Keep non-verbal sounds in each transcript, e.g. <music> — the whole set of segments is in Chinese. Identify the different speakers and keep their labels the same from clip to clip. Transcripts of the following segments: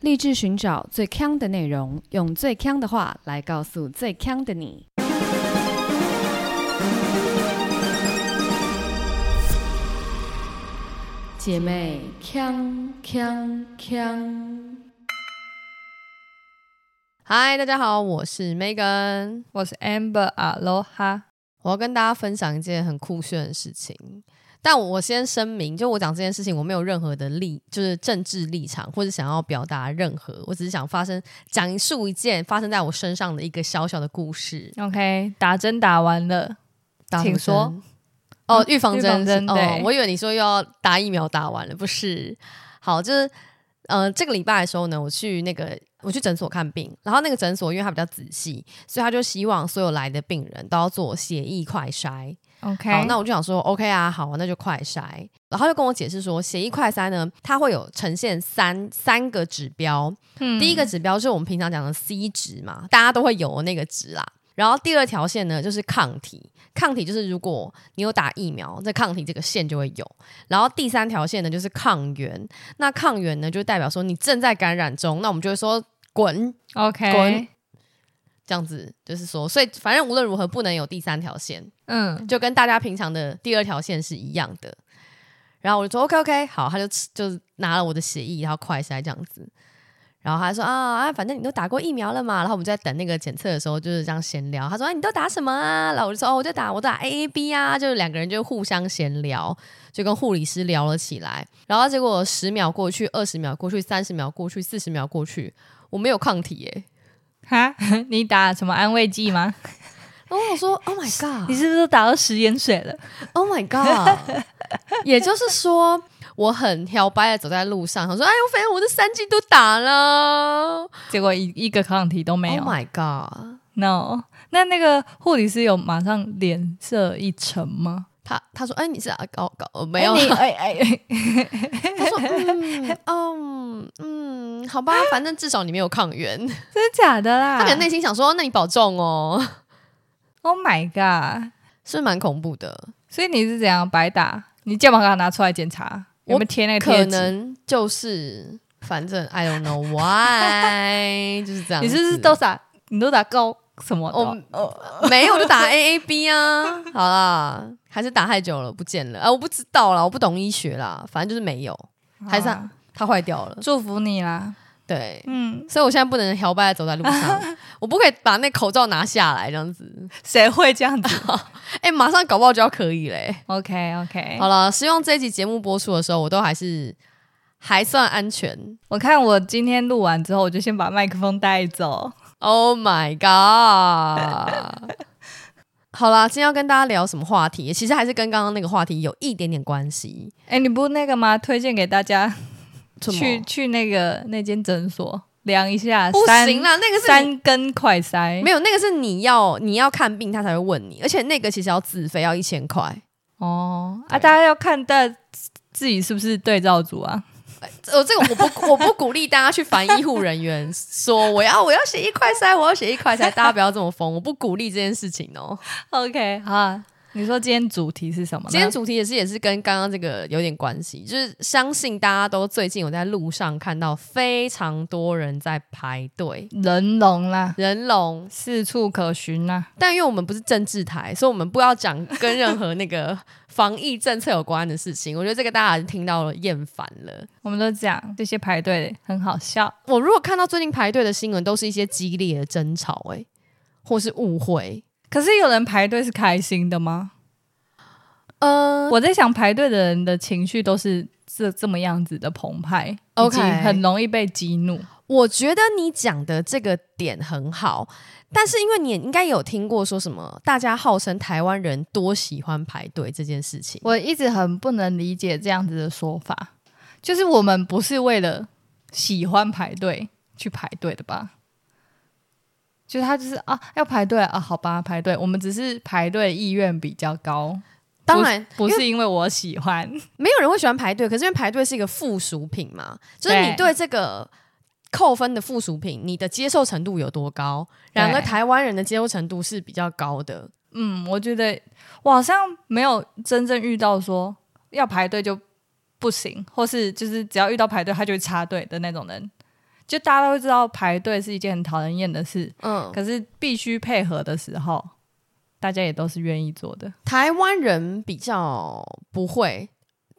Speaker 1: 立志寻找最强的内容，用最强的话来告诉最强的你。姐妹，强强强！
Speaker 2: 嗨，大家好，我是 Megan，
Speaker 3: 我是 Amber Aloha。
Speaker 2: 我要跟大家分享一件很酷炫的事情。但我先声明，就我讲这件事情，我没有任何的立，就是政治立场，或者想要表达任何，我只是想发生讲述一件发生在我身上的一个小小的故事。
Speaker 3: OK，打针打完了，
Speaker 2: 打什么
Speaker 3: 请说
Speaker 2: 针。哦，预防
Speaker 3: 嗯预
Speaker 2: 针
Speaker 3: 防
Speaker 2: 是，
Speaker 3: 针
Speaker 2: 哦
Speaker 3: 对，
Speaker 2: 我以为你说又要打疫苗打完了，不是？好，就是呃，这个礼拜的时候呢，我去那个我去诊所看病，然后那个诊所因为它比较仔细，所以他就希望所有来的病人都要做血液快筛。
Speaker 3: OK，
Speaker 2: 好，那我就想说，OK 啊，好啊，那就快筛。然后他就跟我解释说，血液快筛呢，它会有呈现三三个指标，
Speaker 3: 嗯
Speaker 2: 第一个指标是我们平常讲的 C 值嘛，大家都会有那个值啦。然后第二条线呢，就是抗体，抗体就是如果你有打疫苗，这抗体这个线就会有。然后第三条线呢，就是抗原，那抗原呢就代表说你正在感染中，那我们就会说滚
Speaker 3: OK，
Speaker 2: 滚这样子，就是说，所以反正无论如何不能有第三条线。
Speaker 3: 嗯，
Speaker 2: 就跟大家平常的第二条线是一样的。然后我就说 OK OK，好，他就吃就拿了我的血液，然后快筛这样子。然后他说啊啊，反正你都打过疫苗了嘛。然后我们就在等那个检测的时候，就是这样闲聊。他说、啊、你都打什么啊？然后我就说哦，我就打我打 A A B 啊，就是两个人就互相闲聊，就跟护理师聊了起来。然后结果十秒过去，二十秒过去，三十秒过去，四十秒过去，我没有抗体耶、
Speaker 3: 哈， <laughs> 你打什么安慰剂
Speaker 2: <laughs>
Speaker 3: 吗？
Speaker 2: 然后我说 Oh my God，
Speaker 3: 你是不是都打到食盐水了？
Speaker 2: Oh my
Speaker 3: <laughs>
Speaker 2: god！也就是说，我很挑白的走在路上，想说：“哎，我反正我的三剂都打了。
Speaker 3: 结果一一个抗体都没
Speaker 2: ”Oh
Speaker 3: 有。
Speaker 2: my god！
Speaker 3: no，那那个护理师有马上脸色一沉吗？
Speaker 2: 他他说：“哎，你是啊，高高呃
Speaker 3: <laughs>
Speaker 2: 没有
Speaker 3: 哎？”你哎
Speaker 2: <laughs>
Speaker 3: 哎哎，
Speaker 2: 他
Speaker 3: <laughs>
Speaker 2: 说：“嗯，嗯嗯，好吧，反正至少你没有抗原。
Speaker 3: <laughs> 真的假的”啦？
Speaker 2: 他可能内心想说：“那你保重哦。 <laughs>
Speaker 3: Oh my god！”
Speaker 2: 是不是蛮恐怖的？给
Speaker 3: 所以你是怎样白打？你肩膀给他拿出来检查，有没有贴那个贴
Speaker 2: 可
Speaker 3: 纸？
Speaker 2: 能就是，反正 I don't know
Speaker 3: <laughs>
Speaker 2: why，就是这样子。哦
Speaker 3: 你是不是都打？你都打高什么的？
Speaker 2: 我呃没有，我就打
Speaker 3: <laughs>
Speaker 2: A A B 啊。好啦，还是打太久了，不见了啊！我不知道啦，我不懂医学啦，反正就是没有，还是啊
Speaker 3: 好啦
Speaker 2: 它坏掉了。
Speaker 3: 祝福你啦。
Speaker 2: 对，
Speaker 3: 嗯，
Speaker 2: 所以我现在不能摇摆地走在路上，
Speaker 3: <laughs>
Speaker 2: 我不可以把那口罩拿下来这样子。
Speaker 3: 谁会这样子
Speaker 2: 哎、马上搞不好就要可以嘞、
Speaker 3: ？OK OK，
Speaker 2: 好了，希望这一集节目播出的时候，我都还是还算安全。
Speaker 3: 我看我今天录完之后，我就先把麦克风带走。
Speaker 2: Oh my god！好啦，今天要跟大家聊什么话题？其实还是跟刚刚那个话题有一点点关系。
Speaker 3: 哎、你不那个吗？推荐给大家
Speaker 2: 什么
Speaker 3: 去去那个那间诊所量一下，
Speaker 2: 不
Speaker 3: 三
Speaker 2: 行啦，那个是你
Speaker 3: 三根快塞
Speaker 2: 没有，那个是你要你要看病他才会问你，而且那个其实要自费，要一千块。
Speaker 3: 哦啊！
Speaker 2: 对
Speaker 3: 大家要看大自己是不是对照组啊？
Speaker 2: 呃，这个我不我不鼓励大家去烦医护人员说我要我要写一块塞，我要写一块塞，大家不要这么疯，我不鼓励这件事情哦。
Speaker 3: OK，好啊，你说今天主题是什么呢？
Speaker 2: 今天主题也是也是跟刚刚这个有点关系，就是相信大家都最近有在路上看到非常多人在排队
Speaker 3: 人龙啦，
Speaker 2: 人龙，
Speaker 3: 四处可寻啊啦。
Speaker 2: 但因为我们不是政治台，所以我们不要讲跟任何那个防疫政策有关的事情。我觉得这个大家听到了厌烦了。
Speaker 3: 我们都讲这些排队的很好笑，
Speaker 2: 我如果看到最近排队的新闻，都是一些激烈的争吵、欸，或是误会。
Speaker 3: 可是有人排队是开心的吗？
Speaker 2: 嗯，
Speaker 3: 我在想，排队的人的情绪都是这这么样子的澎湃
Speaker 2: OK
Speaker 3: 以及很容易被激怒。
Speaker 2: 我觉得你讲的这个点很好，但是因为你也应该有听过说什么，大家号称台湾人多喜欢排队这件事情。
Speaker 3: 我一直很不能理解这样子的说法，就是我们不是为了喜欢排队去排队的吧？就是他就是啊，要排队啊，好吧，排队。我们只是排队意愿比较高，
Speaker 2: 当然，
Speaker 3: 不是因为我喜欢。
Speaker 2: 没有人会喜欢排队，可是因为排队是一个附属品嘛，就是你对
Speaker 3: 对
Speaker 2: 这个扣分的附属品，你的接受程度有多高？
Speaker 3: 对
Speaker 2: 然而台湾人的接受程度是比较高的，
Speaker 3: 嗯，我觉得我好像没有真正遇到说要排队就不行，或是就是只要遇到排队他就会插队的那种人。就大家都会知道排队是一件很讨人厌的事，
Speaker 2: 嗯，
Speaker 3: 可是必须配合的时候，大家也都是愿意做的。
Speaker 2: 台湾人比较不会，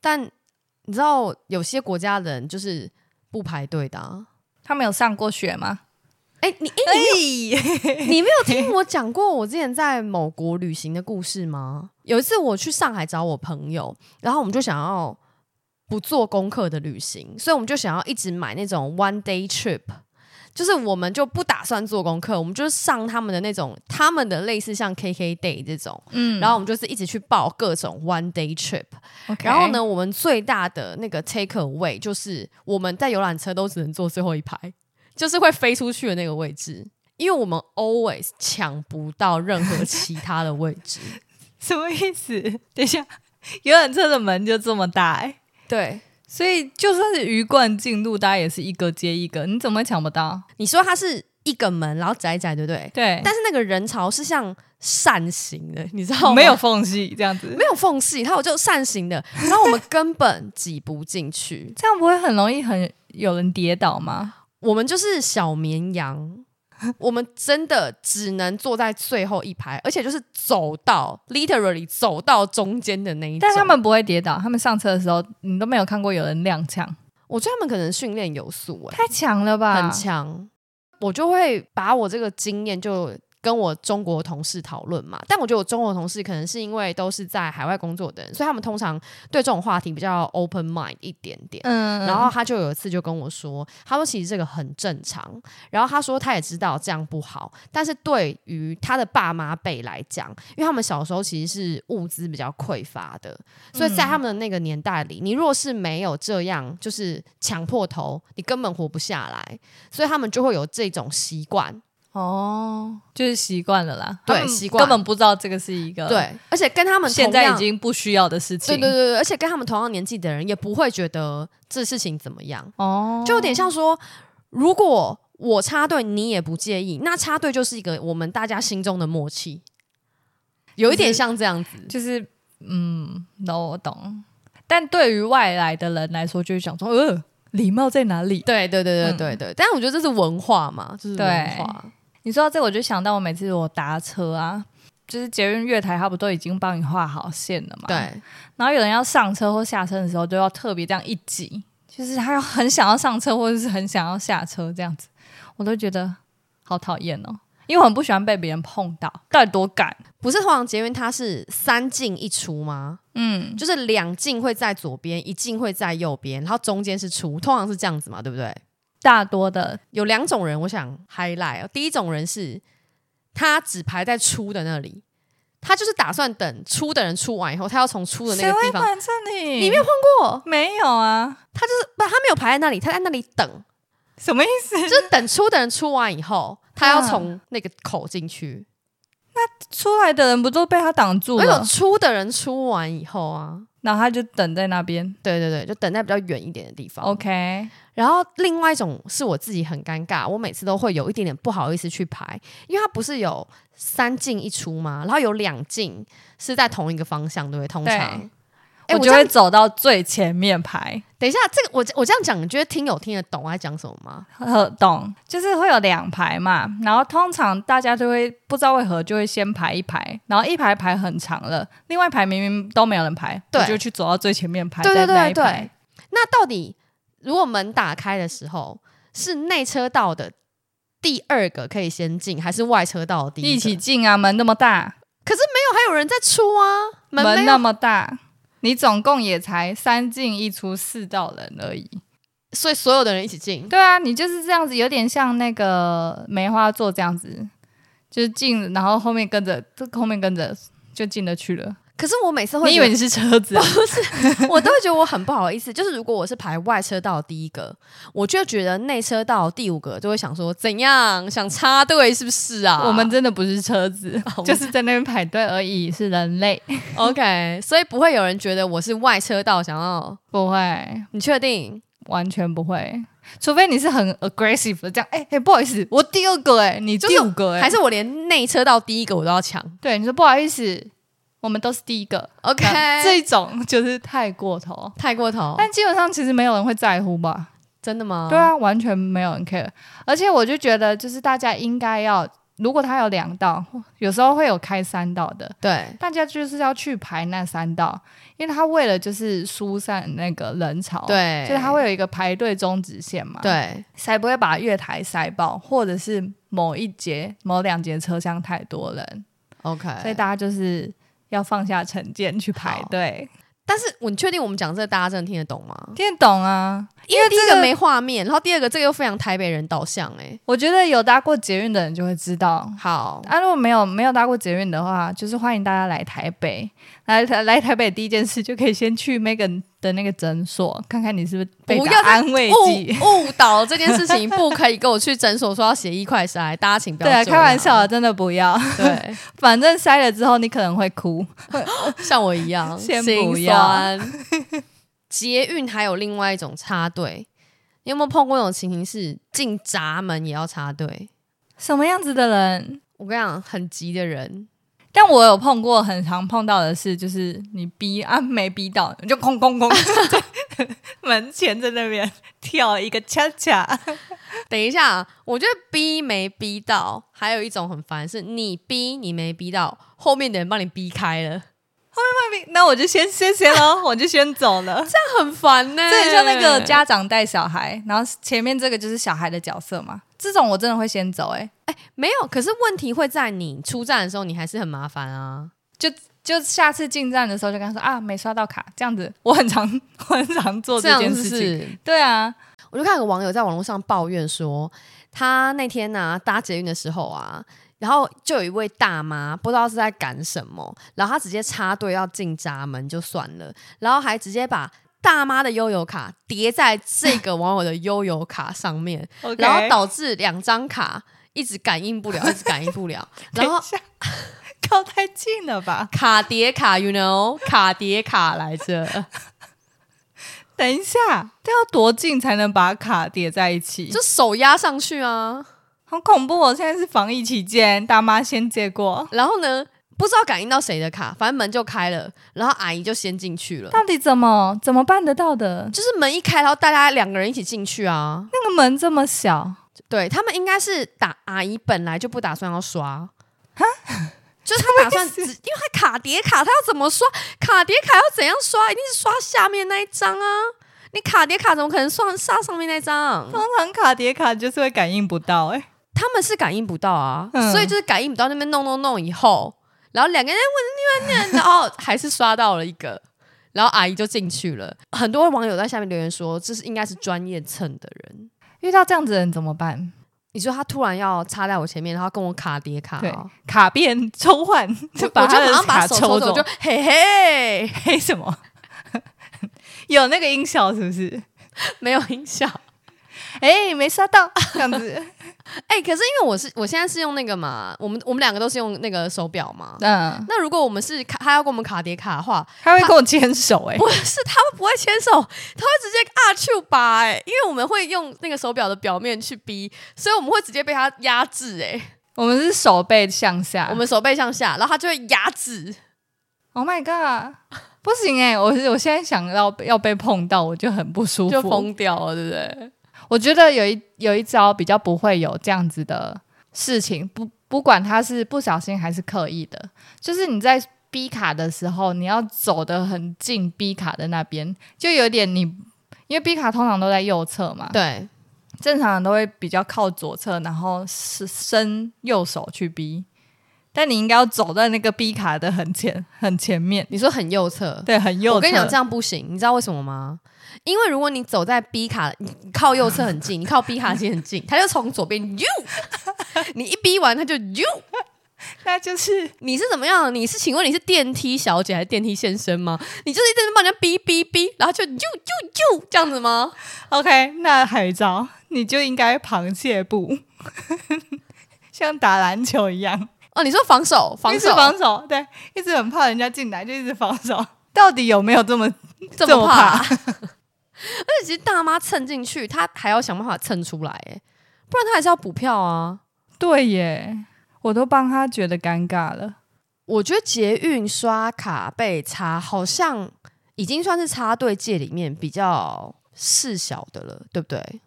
Speaker 2: 但你知道有些国家的人就是不排队的、啊。
Speaker 3: 他们有上过学吗？
Speaker 2: 哎、你哎、 <laughs> 你没有听我讲过我之前在某国旅行的故事吗？有一次我去上海找我朋友，然后我们就想要不做功课的旅行，所以我们就想要一直买那种 one day trip，就是我们就不打算做功课，我们就上他们的那种他们的类似像 KK day 这种，
Speaker 3: 嗯
Speaker 2: 然后我们就是一直去报各种 one day trip，然后呢，我们最大的那个 take away 就是我们在游览车都只能坐最后一排，就是会飞出去的那个位置，因为我们 always 抢不到任何其他的位
Speaker 3: <laughs>
Speaker 2: 置。
Speaker 3: 什么意思？等一下，游览车的门就这么大、欸，
Speaker 2: 对，
Speaker 3: 所以就算是鱼贯进入，大家也是一个接一个，你怎么会抢不到？
Speaker 2: 你说它是一个门，然后窄窄，对不对？
Speaker 3: 对，
Speaker 2: 但是那个人潮是像扇形的，你知道吗？
Speaker 3: 没有缝隙这样子，，
Speaker 2: 没有缝隙，它有就扇形的，然后我们根本挤不进去
Speaker 3: 这样不会很容易很有人跌倒吗？
Speaker 2: 我们就是小绵羊。我们真的只能坐在最后一排，而且就是走到 literally 走到中间的那一种。
Speaker 3: 但他们不会跌倒，他们上车的时候，你都没有看过有人踉跄，
Speaker 2: 我觉得他们可能训练有素、欸，
Speaker 3: 太强了吧？
Speaker 2: 很强。我就会把我这个经验就跟我中国同事讨论嘛，但我觉得我中国同事可能是因为都是在海外工作的人，所以他们通常对这种话题比较 open mind 一点点。
Speaker 3: 嗯，
Speaker 2: 然后他就有一次就跟我说，他说其实这个很正常，然后他说他也知道这样不好，但是对于他的爸妈辈来讲，因为他们小时候其实是物资比较匮乏的，所以在
Speaker 3: 嗯
Speaker 2: 他们的那个年代里，你若是没有这样就是抢破头，你根本活不下来，所以他们就会有这种习惯，
Speaker 3: 哦，就是习惯了啦，
Speaker 2: 对
Speaker 3: 他们
Speaker 2: 习惯
Speaker 3: 根本不知道这个是一个
Speaker 2: 对，而且跟他们
Speaker 3: 呃现
Speaker 2: 同样
Speaker 3: 在已经不需要的事情，
Speaker 2: 对对对对，而且跟他们同样年纪的人也不会觉得这事情怎么样。
Speaker 3: 哦，
Speaker 2: 就有点像说，如果我插队，你也不介意，那插队就是一个我们大家心中的默契，有一点像这样子。
Speaker 3: 就是嗯，那我懂。但对于外来的人来说，就是想说，呃，礼貌在哪里？
Speaker 2: 对对对对
Speaker 3: 嗯
Speaker 2: 对对，但是我觉得这是文化嘛，就是文
Speaker 3: 对
Speaker 2: 化。
Speaker 3: 你说到这，我就想到我每次我搭车啊，就是捷运月台，它不都已经帮你画好线了嘛？。
Speaker 2: 对，
Speaker 3: 然后有人要上车或下车的时候，都要特别这样一挤，就是他要很想要上车或者是很想要下车这样子，我都觉得好讨厌哦，因为我很不喜欢被别人碰到，到底多赶？
Speaker 2: 不是通常捷运它是三进一出吗？
Speaker 3: 嗯，
Speaker 2: 就是两进会在左边，一进会在右边，然后中间是出，通常是这样子嘛，对不对？
Speaker 3: 大多的
Speaker 2: 有两种人，我想 highlight 哦。第一种人是他只排在出的那里，他就是打算等出的人出完以后，他要从出的那
Speaker 3: 谁
Speaker 2: 个
Speaker 3: 会
Speaker 2: 地方
Speaker 3: 管这里？
Speaker 2: 你没有碰过，
Speaker 3: 没有啊？
Speaker 2: 他就是不，他没有排在那里，他在那里等，
Speaker 3: 什么意思？
Speaker 2: <laughs> 就是等出的人出完以后，他要从那个口进去。
Speaker 3: 出来的人不都被他挡住
Speaker 2: 而
Speaker 3: 了
Speaker 2: 且？出的人出完以后啊，
Speaker 3: 然后他就等在那边。
Speaker 2: 对对对，就等在比较远一点的地方。
Speaker 3: OK，
Speaker 2: 然后另外一种是我自己很尴尬，我每次都会有一点点不好意思去排，因为它不是有三进一出吗？然后有两进是在同一个方向，对不对？通常，
Speaker 3: 对
Speaker 2: 哎，
Speaker 3: 我
Speaker 2: 我这
Speaker 3: 就会
Speaker 2: 样
Speaker 3: 走到最前面排。
Speaker 2: 等一下，这个我我这样讲，你觉得听友听得懂我啊在讲什么吗？
Speaker 3: 呃，懂，就是会有两排嘛，然后通常大家就会不知道为何就会先排一排，然后一排排很长了，另外一排明明都没有人排，
Speaker 2: 对
Speaker 3: 我就去走到最前面排，
Speaker 2: 对对
Speaker 3: 在那一
Speaker 2: 对
Speaker 3: 排
Speaker 2: 对，那到底如果门打开的时候是内车道的第二个可以先进，还是外车道的第一
Speaker 3: 一
Speaker 2: 个？
Speaker 3: 起进啊，门那么大，
Speaker 2: 可是没有，还有人在出啊，门没
Speaker 3: 门
Speaker 2: 有
Speaker 3: 那么大，你总共也才三进一出四道人而已。
Speaker 2: 所以所有的人一起进。
Speaker 3: 对啊，你就是这样子，有点像那个梅花座这样子，就是进，然后后面跟着，这后面跟着就进得去了。
Speaker 2: 可是我每次会
Speaker 3: 你
Speaker 2: 觉
Speaker 3: 以
Speaker 2: 得
Speaker 3: 为你是车子、啊？ <laughs>
Speaker 2: 我都会觉得我很不好意思。就是如果我是排外车道第一个，我就觉得内车道第五个就会想说怎样想插队是不是啊？
Speaker 3: 我们真的不是车子，
Speaker 2: 我们
Speaker 3: 就是在那边排队而已，是人类。
Speaker 2: OK，所以不会有人觉得我是外车道想要。
Speaker 3: 不会，
Speaker 2: 你确定？
Speaker 3: 完全不会，除非你是很 aggressive 的这样。哎、哎、不好意思，我第二个哎、你
Speaker 2: 就是
Speaker 3: 第五个哎、
Speaker 2: 还是我连内车道第一个我都要抢
Speaker 3: 对你说不好意思，我们都是第一个。
Speaker 2: ？OK，哦
Speaker 3: 这种就是太过头，
Speaker 2: 太过头。
Speaker 3: 但基本上其实没有人会在乎吧？
Speaker 2: 真的吗？
Speaker 3: 对，啊，完全没有人 care。而且我就觉得，就是大家应该要，如果他有两道，有时候会有开三道的，
Speaker 2: 对，
Speaker 3: 大家就是要去排那三道，因为他为了就是疏散那个人潮，，
Speaker 2: 对，
Speaker 3: 哦所以他会有一个排队终止线嘛，，
Speaker 2: 对，
Speaker 3: 才不会把月台塞爆，或者是某一节、某两节车厢太多人，
Speaker 2: OK，
Speaker 3: 所以大家就是要放下成见去排
Speaker 2: 好
Speaker 3: 队，
Speaker 2: 但是我你确定我们讲这个大家真的听得懂吗？
Speaker 3: 听得懂啊？
Speaker 2: 因为第一
Speaker 3: 这
Speaker 2: 个
Speaker 3: 个
Speaker 2: 没画面，然后第二个这个又非常台北人导向哎、
Speaker 3: 我觉得有搭过捷运的人就会知道，
Speaker 2: 好，
Speaker 3: 啊，如果没有没有搭过捷运的话，就是欢迎大家来台北。来台来台北第一件事就可以先去 Megan 的那个诊所，看看你是不是被
Speaker 2: 不
Speaker 3: 打
Speaker 2: 要再哦
Speaker 3: 安慰剂。
Speaker 2: 误误导这件事情，不可以跟我去诊所说要协议快筛，大家请不要
Speaker 3: 对啊，
Speaker 2: 这
Speaker 3: 开
Speaker 2: 样
Speaker 3: 玩笑的，，真的不要。 <laughs>
Speaker 2: 对，
Speaker 3: 反正塞了之后你可能会哭。
Speaker 2: 像我一
Speaker 3: <laughs>
Speaker 2: 样
Speaker 3: 先
Speaker 2: 心
Speaker 3: 不要
Speaker 2: 酸。捷运还有另外一种插队，你有没有碰过那种情形是进闸门也要插队？
Speaker 3: 什么样子的人？
Speaker 2: 我跟你讲，很急的人，
Speaker 3: 但我有碰过，很常碰到的是，就是你逼啊没逼到，你就空
Speaker 2: <laughs>
Speaker 3: 空空门前在那边跳一个恰恰。
Speaker 2: 等一下，我觉得逼没逼到，还有一种很烦，是你逼你没逼到，后面的人帮你逼开了，
Speaker 3: 那我就先谢谢喽，我就先走了。
Speaker 2: 那很烦 <laughs> 呢、
Speaker 3: 这很像那个家长带小孩，然后前面这个就是小孩的角色嘛。这种我真的会先走、欸，哎，
Speaker 2: 没有，可是问题会在你出站的时候，你还是很麻烦啊。
Speaker 3: 就下次进站的时候就跟他说啊，没刷到卡，这样子。我很常 <laughs> 我很常做
Speaker 2: 这
Speaker 3: 这
Speaker 2: 样
Speaker 3: 件
Speaker 2: 子
Speaker 3: 事情。
Speaker 2: 是，
Speaker 3: 对啊，
Speaker 2: 我就看有个网友在网络上抱怨说，他那天呢、搭捷运的时候啊，然后就有一位大妈不知道是在赶什么，然后她直接插队要进闸门就算了，然后还直接把。大妈的悠游卡叠在这个网友的悠游卡上面，然后导致两张卡一直感应不了，一直感应不了，然后
Speaker 3: <laughs> 等一下靠太近了吧？
Speaker 2: 卡叠卡，you know，卡叠卡来着。
Speaker 3: 等一下，这要多近才能把卡叠在一起？
Speaker 2: 就手压上去啊。
Speaker 3: 好恐怖哦！现在是防疫期间，大妈先借过，
Speaker 2: 然后呢，不知道感应到谁的卡，反正门就开了，然后阿姨就先进去了。
Speaker 3: 到底怎么怎么办得到的？
Speaker 2: 就是门一开，然后大家两个人一起进去啊。
Speaker 3: 那个门这么小，
Speaker 2: 对他们应该是打阿姨本来就不打算要刷，就是他打算只因为他卡叠卡，他要怎么刷卡叠卡要怎样刷，一定是刷下面那一张啊。你卡叠卡怎么可能刷刷上面那张？
Speaker 3: 通常卡叠卡就是会感应不到、欸，哎。
Speaker 2: 他们是感应不到啊，
Speaker 3: 嗯
Speaker 2: 所以就是感应不到那边弄弄弄以后，然后两个人问你们你们，然后还是刷到了一个，然后阿姨就进去了。很多网友在下面留言说，这是应该是专业蹭的人。
Speaker 3: 遇到这样子的人怎么办？
Speaker 2: 你说他突然要插在我前面，然后跟我卡叠卡、
Speaker 3: 对
Speaker 2: 哦，
Speaker 3: 卡片抽换，就
Speaker 2: 我
Speaker 3: <laughs> 把
Speaker 2: 就
Speaker 3: 他
Speaker 2: 马
Speaker 3: 的
Speaker 2: 上把
Speaker 3: 卡
Speaker 2: 手抽走，
Speaker 3: 走， <laughs>
Speaker 2: 就嘿嘿，
Speaker 3: 黑什么？ <laughs> 有那个音效是不是？
Speaker 2: 没有音效。
Speaker 3: 哎、没刷到，这样子。
Speaker 2: 哎、可是因为我是我现在是用那个嘛，我们我们两个都是用那个手表嘛。
Speaker 3: <laughs> 嗯，
Speaker 2: 那如果我们是卡，他要跟我们卡叠卡的话，
Speaker 3: 他会跟我牵手、哎，
Speaker 2: 不是，他们不会牵手，他 <laughs> 会直接啊去拔哎、因为我们会用那个手表的表面去逼，所以我们会直接被他压制哎、
Speaker 3: 我们是手背向下。
Speaker 2: 我们手背向下，然后他就会压制，
Speaker 3: ，Oh my god，不行哎、我我现在想到要被碰到，我就很不舒
Speaker 2: 就
Speaker 3: 服。
Speaker 2: 疯掉了，对不对？
Speaker 3: 我觉得有一有一招比较不会有这样子的事情，不不管他是不小心还是刻意的，就是你在逼卡的时候，你要走得很近逼卡的那边，就有点你，因为逼卡通常都在右侧嘛，
Speaker 2: 对，
Speaker 3: 正常人都会比较靠左侧，然后是伸右手去逼，但你应该要走在那个逼卡的很前很前面，
Speaker 2: 你说很右侧，
Speaker 3: 对，很右侧。
Speaker 2: 我跟你讲，这样不行，你知道为什么吗？因为如果你走在 B 卡，你你靠右侧很近，你靠 B 卡线很近，他就从左边 you，你一逼完他就 you，
Speaker 3: 那就是
Speaker 2: 你是怎么样？你是请问你是电梯小姐还是电梯先生吗？你就是一直帮人家逼逼逼，然后就啾啾啾这样子吗？
Speaker 3: OK，那海藻你就应该螃蟹步，像打篮球一样，
Speaker 2: 哦，你说防守防
Speaker 3: 一直
Speaker 2: 守
Speaker 3: 防守，对，一直很怕人家进来，就一直防守。到底有没有这么
Speaker 2: 这
Speaker 3: 这
Speaker 2: 么
Speaker 3: 么
Speaker 2: 怕？
Speaker 3: 怕
Speaker 2: 而 <laughs> 且其实大妈蹭进去，她还要想办法蹭出来，哎，不然她还是要补票啊。
Speaker 3: 对耶？我都帮他觉得尴尬了。
Speaker 2: 我觉得捷运刷卡被插，好像已经算是插队界里面比较事小的了，对不对？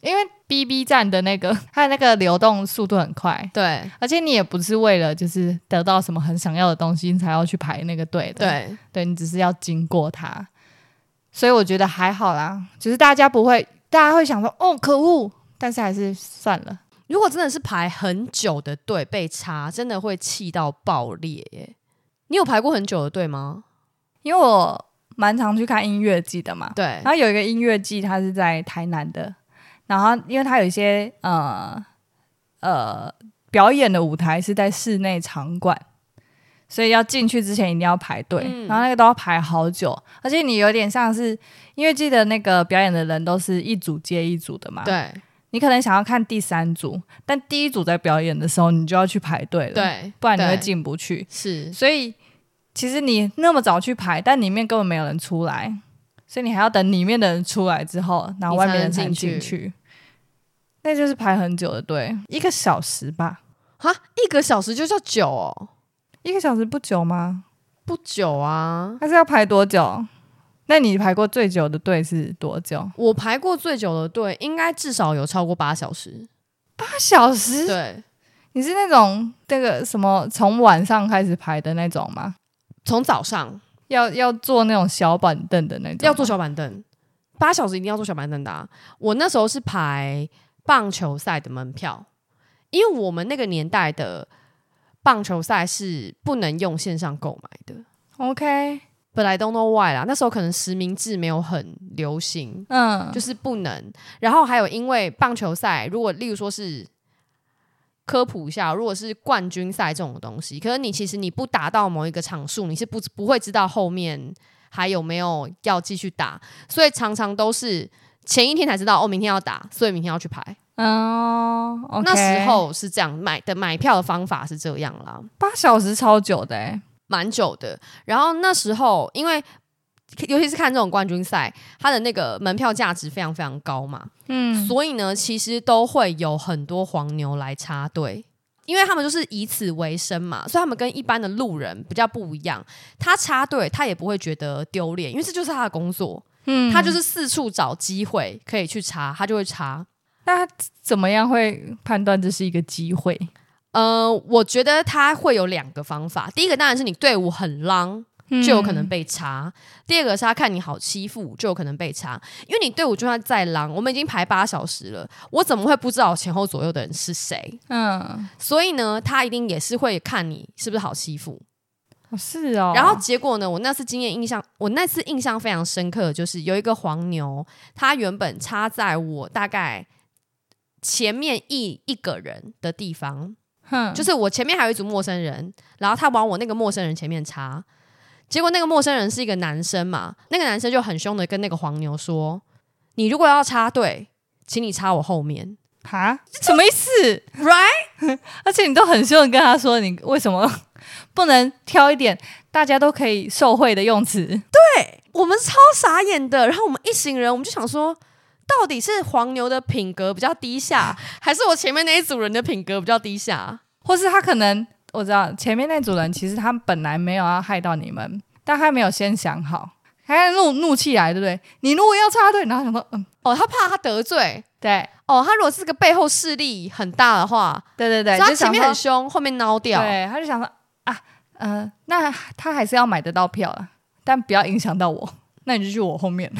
Speaker 3: 因为 B B 站的那个它的那个流动速度很快，
Speaker 2: 对
Speaker 3: 而且你也不是为了就是得到什么很想要的东西你才要去排那个队的，
Speaker 2: 对，
Speaker 3: 对你只是要经过它，所以我觉得还好啦，就是大家不会，大家会想说哦可恶，但是还是算了。
Speaker 2: 如果真的是排很久的队被插，真的会气到爆裂耶！你有排过很久的队吗？
Speaker 3: 因为我蛮常去看音乐季的嘛，
Speaker 2: 对
Speaker 3: 然，后有一个音乐季，它是在台南的，然后因为它有一些呃呃表演的舞台是在室内场馆，所以要进去之前一定要排队，
Speaker 2: 嗯
Speaker 3: 然后那个都要排好久，而且你有点像是音乐季的那个表演的人都是一组接一组的嘛，，
Speaker 2: 对
Speaker 3: 你可能想要看第三组，但第一组在表演的时候你就要去排队了，，
Speaker 2: 对，
Speaker 3: 不然你会
Speaker 2: 对
Speaker 3: 进不去，
Speaker 2: 是
Speaker 3: 所以其实你那么早去排，但里面根本没有人出来，所以你还要等里面的人出来之后，然后外面的人才能进
Speaker 2: 你才能进
Speaker 3: 去。那就是排很久的队，一个小时吧，
Speaker 2: 哈，一个小时就叫久哦，
Speaker 3: 一个小时不久吗？
Speaker 2: 不久啊。
Speaker 3: 还是要排多久？那你排过最久的队是多久？
Speaker 2: 我排过最久的队，应该至少有超过八小时。
Speaker 3: 八小时？
Speaker 2: 对，
Speaker 3: 你是那种那个什么从晚上开始排的那种吗？
Speaker 2: 从早上
Speaker 3: 要要坐那种小板凳的那种吗？
Speaker 2: 要坐小板凳，八小时一定要坐小板凳的、啊。我那时候是排棒球赛的门票，因为我们那个年代的棒球赛是不能用线上购买的。
Speaker 3: OK，
Speaker 2: But I don't know why 啦，那时候可能实名制没有很流行，
Speaker 3: 嗯，
Speaker 2: 就是不能。然后还有因为棒球赛，如果例如说是科普一下，如果是冠军赛这种东西，可是你其实你不打到某一个场数，你是不不会知道后面还有没有要继续打，所以常常都是前一天才知道哦，明天要打，所以明天要去排。
Speaker 3: 嗯，OK，
Speaker 2: 那时候是这样买的，买票的方法是这样啦。
Speaker 3: 八小时超久的、欸，
Speaker 2: 蛮久的。然后那时候因为尤其是看这种冠军赛，它的那个门票价值非常非常高嘛，
Speaker 3: 嗯，
Speaker 2: 所以呢，其实都会有很多黄牛来插队。因为他们就是以此为生嘛，所以他们跟一般的路人比较不一样。他插队，他也不会觉得丢脸，因为这就是他的工作，
Speaker 3: 嗯
Speaker 2: 他就是四处找机会可以去插，他就会插。
Speaker 3: 那他怎么样会判断这是一个机会？
Speaker 2: 呃，我觉得他会有两个方法，第一个当然是你队伍很浪，
Speaker 3: 嗯
Speaker 2: 就有可能被查；第二个是他看你好欺负，就有可能被查。因为你队伍就算再狼，我们已经排八小时了，我怎么会不知道前后左右的人是谁？
Speaker 3: 嗯，
Speaker 2: 所以呢，他一定也是会看你是不是好欺负。
Speaker 3: 哦是哦，
Speaker 2: 然后结果呢，我那次经验印象，我那次印象非常深刻，就是有一个黄牛，他原本插在我大概前面一一个人的地方，
Speaker 3: 哼，
Speaker 2: 就是我前面还有一组陌生人，然后他往我那个陌生人前面插，结果那个陌生人是一个男生嘛，那个男生就很凶的跟那个黄牛说：“你如果要插队，请你插我后面 <laughs>
Speaker 3: 哈，什么意思？
Speaker 2: ，right？” <laughs>
Speaker 3: 而且你都很凶的跟他说，你为什么不能挑一点大家都可以受惠的用词？
Speaker 2: 我们超傻眼的，然后我们一行人我们就想说。到底是黄牛的品格比较低
Speaker 3: <laughs>
Speaker 2: 下，还是我前面那一组人的品格比较低下？
Speaker 3: 或是他可能我知道前面那组人其实他本来没有要害到你们，但他没有先想好，他怒怒气来，对不对？你如果要插队，然后想说，嗯，
Speaker 2: 哦，他怕他得罪
Speaker 3: 对，
Speaker 2: 哦，他如果是个背后势力很大的话，
Speaker 3: 对对对，
Speaker 2: 所以
Speaker 3: 就
Speaker 2: 他前
Speaker 3: 想
Speaker 2: 面
Speaker 3: 说
Speaker 2: 很凶，后面孬掉。
Speaker 3: 对，他就想说啊，呃，那他还是要买得到票了，但不要影响到我。那你就去我后面，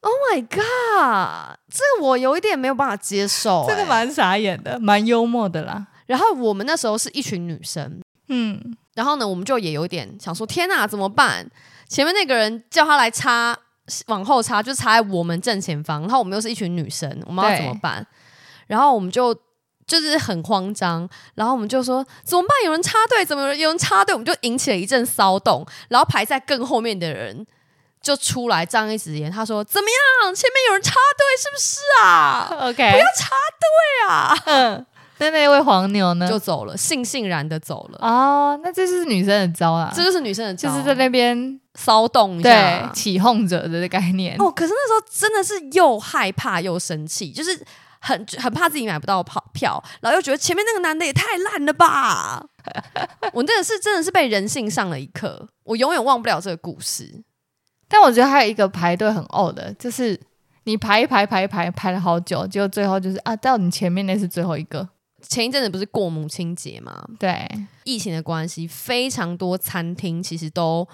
Speaker 2: Oh my god！这我有一点没有办法接受、
Speaker 3: 这个
Speaker 2: 欸
Speaker 3: 蛮傻眼的，蛮幽默的啦。
Speaker 2: 然后我们那时候是一群女生，
Speaker 3: 嗯，
Speaker 2: 然后呢，我们就也有一点想说，天哪，怎么办？前面那个人叫他来插，往后插，就插在我们正前方。然后我们又是一群女生，我们要
Speaker 3: 对
Speaker 2: 怎么办？然后我们就就是很慌张，然后我们就说怎么办？有人插队，怎么有人有人插队？我们就引起了一阵骚动。然后排在更后面的人就出来张一直言，他说怎么样？前面有人插队是不是啊？
Speaker 3: OK，不要插队啊。嗯，那那位黄牛呢？
Speaker 2: 就走了，悻悻然的走了。
Speaker 3: 哦，那这就是女生的招啦，
Speaker 2: 这就是女生的招，
Speaker 3: 啊就是在那边
Speaker 2: 骚动一
Speaker 3: 对
Speaker 2: 下。
Speaker 3: 起哄者的概念。
Speaker 2: 哦，可是那时候真的是又害怕又生气，就是很很怕自己买不到跑票，然后又觉得前面那个男的也太烂了吧。 <laughs> 我真的是真的是被人性上了一课，我永远忘不了这个故事。
Speaker 3: 但我觉得还有一个排队很呕的，就是你排一排排一排排了好久，结果最后就是啊，到你前面那是最后一个。
Speaker 2: 前一阵子不是过母亲节嘛，
Speaker 3: 对，
Speaker 2: 疫情的关系，非常多餐厅其实都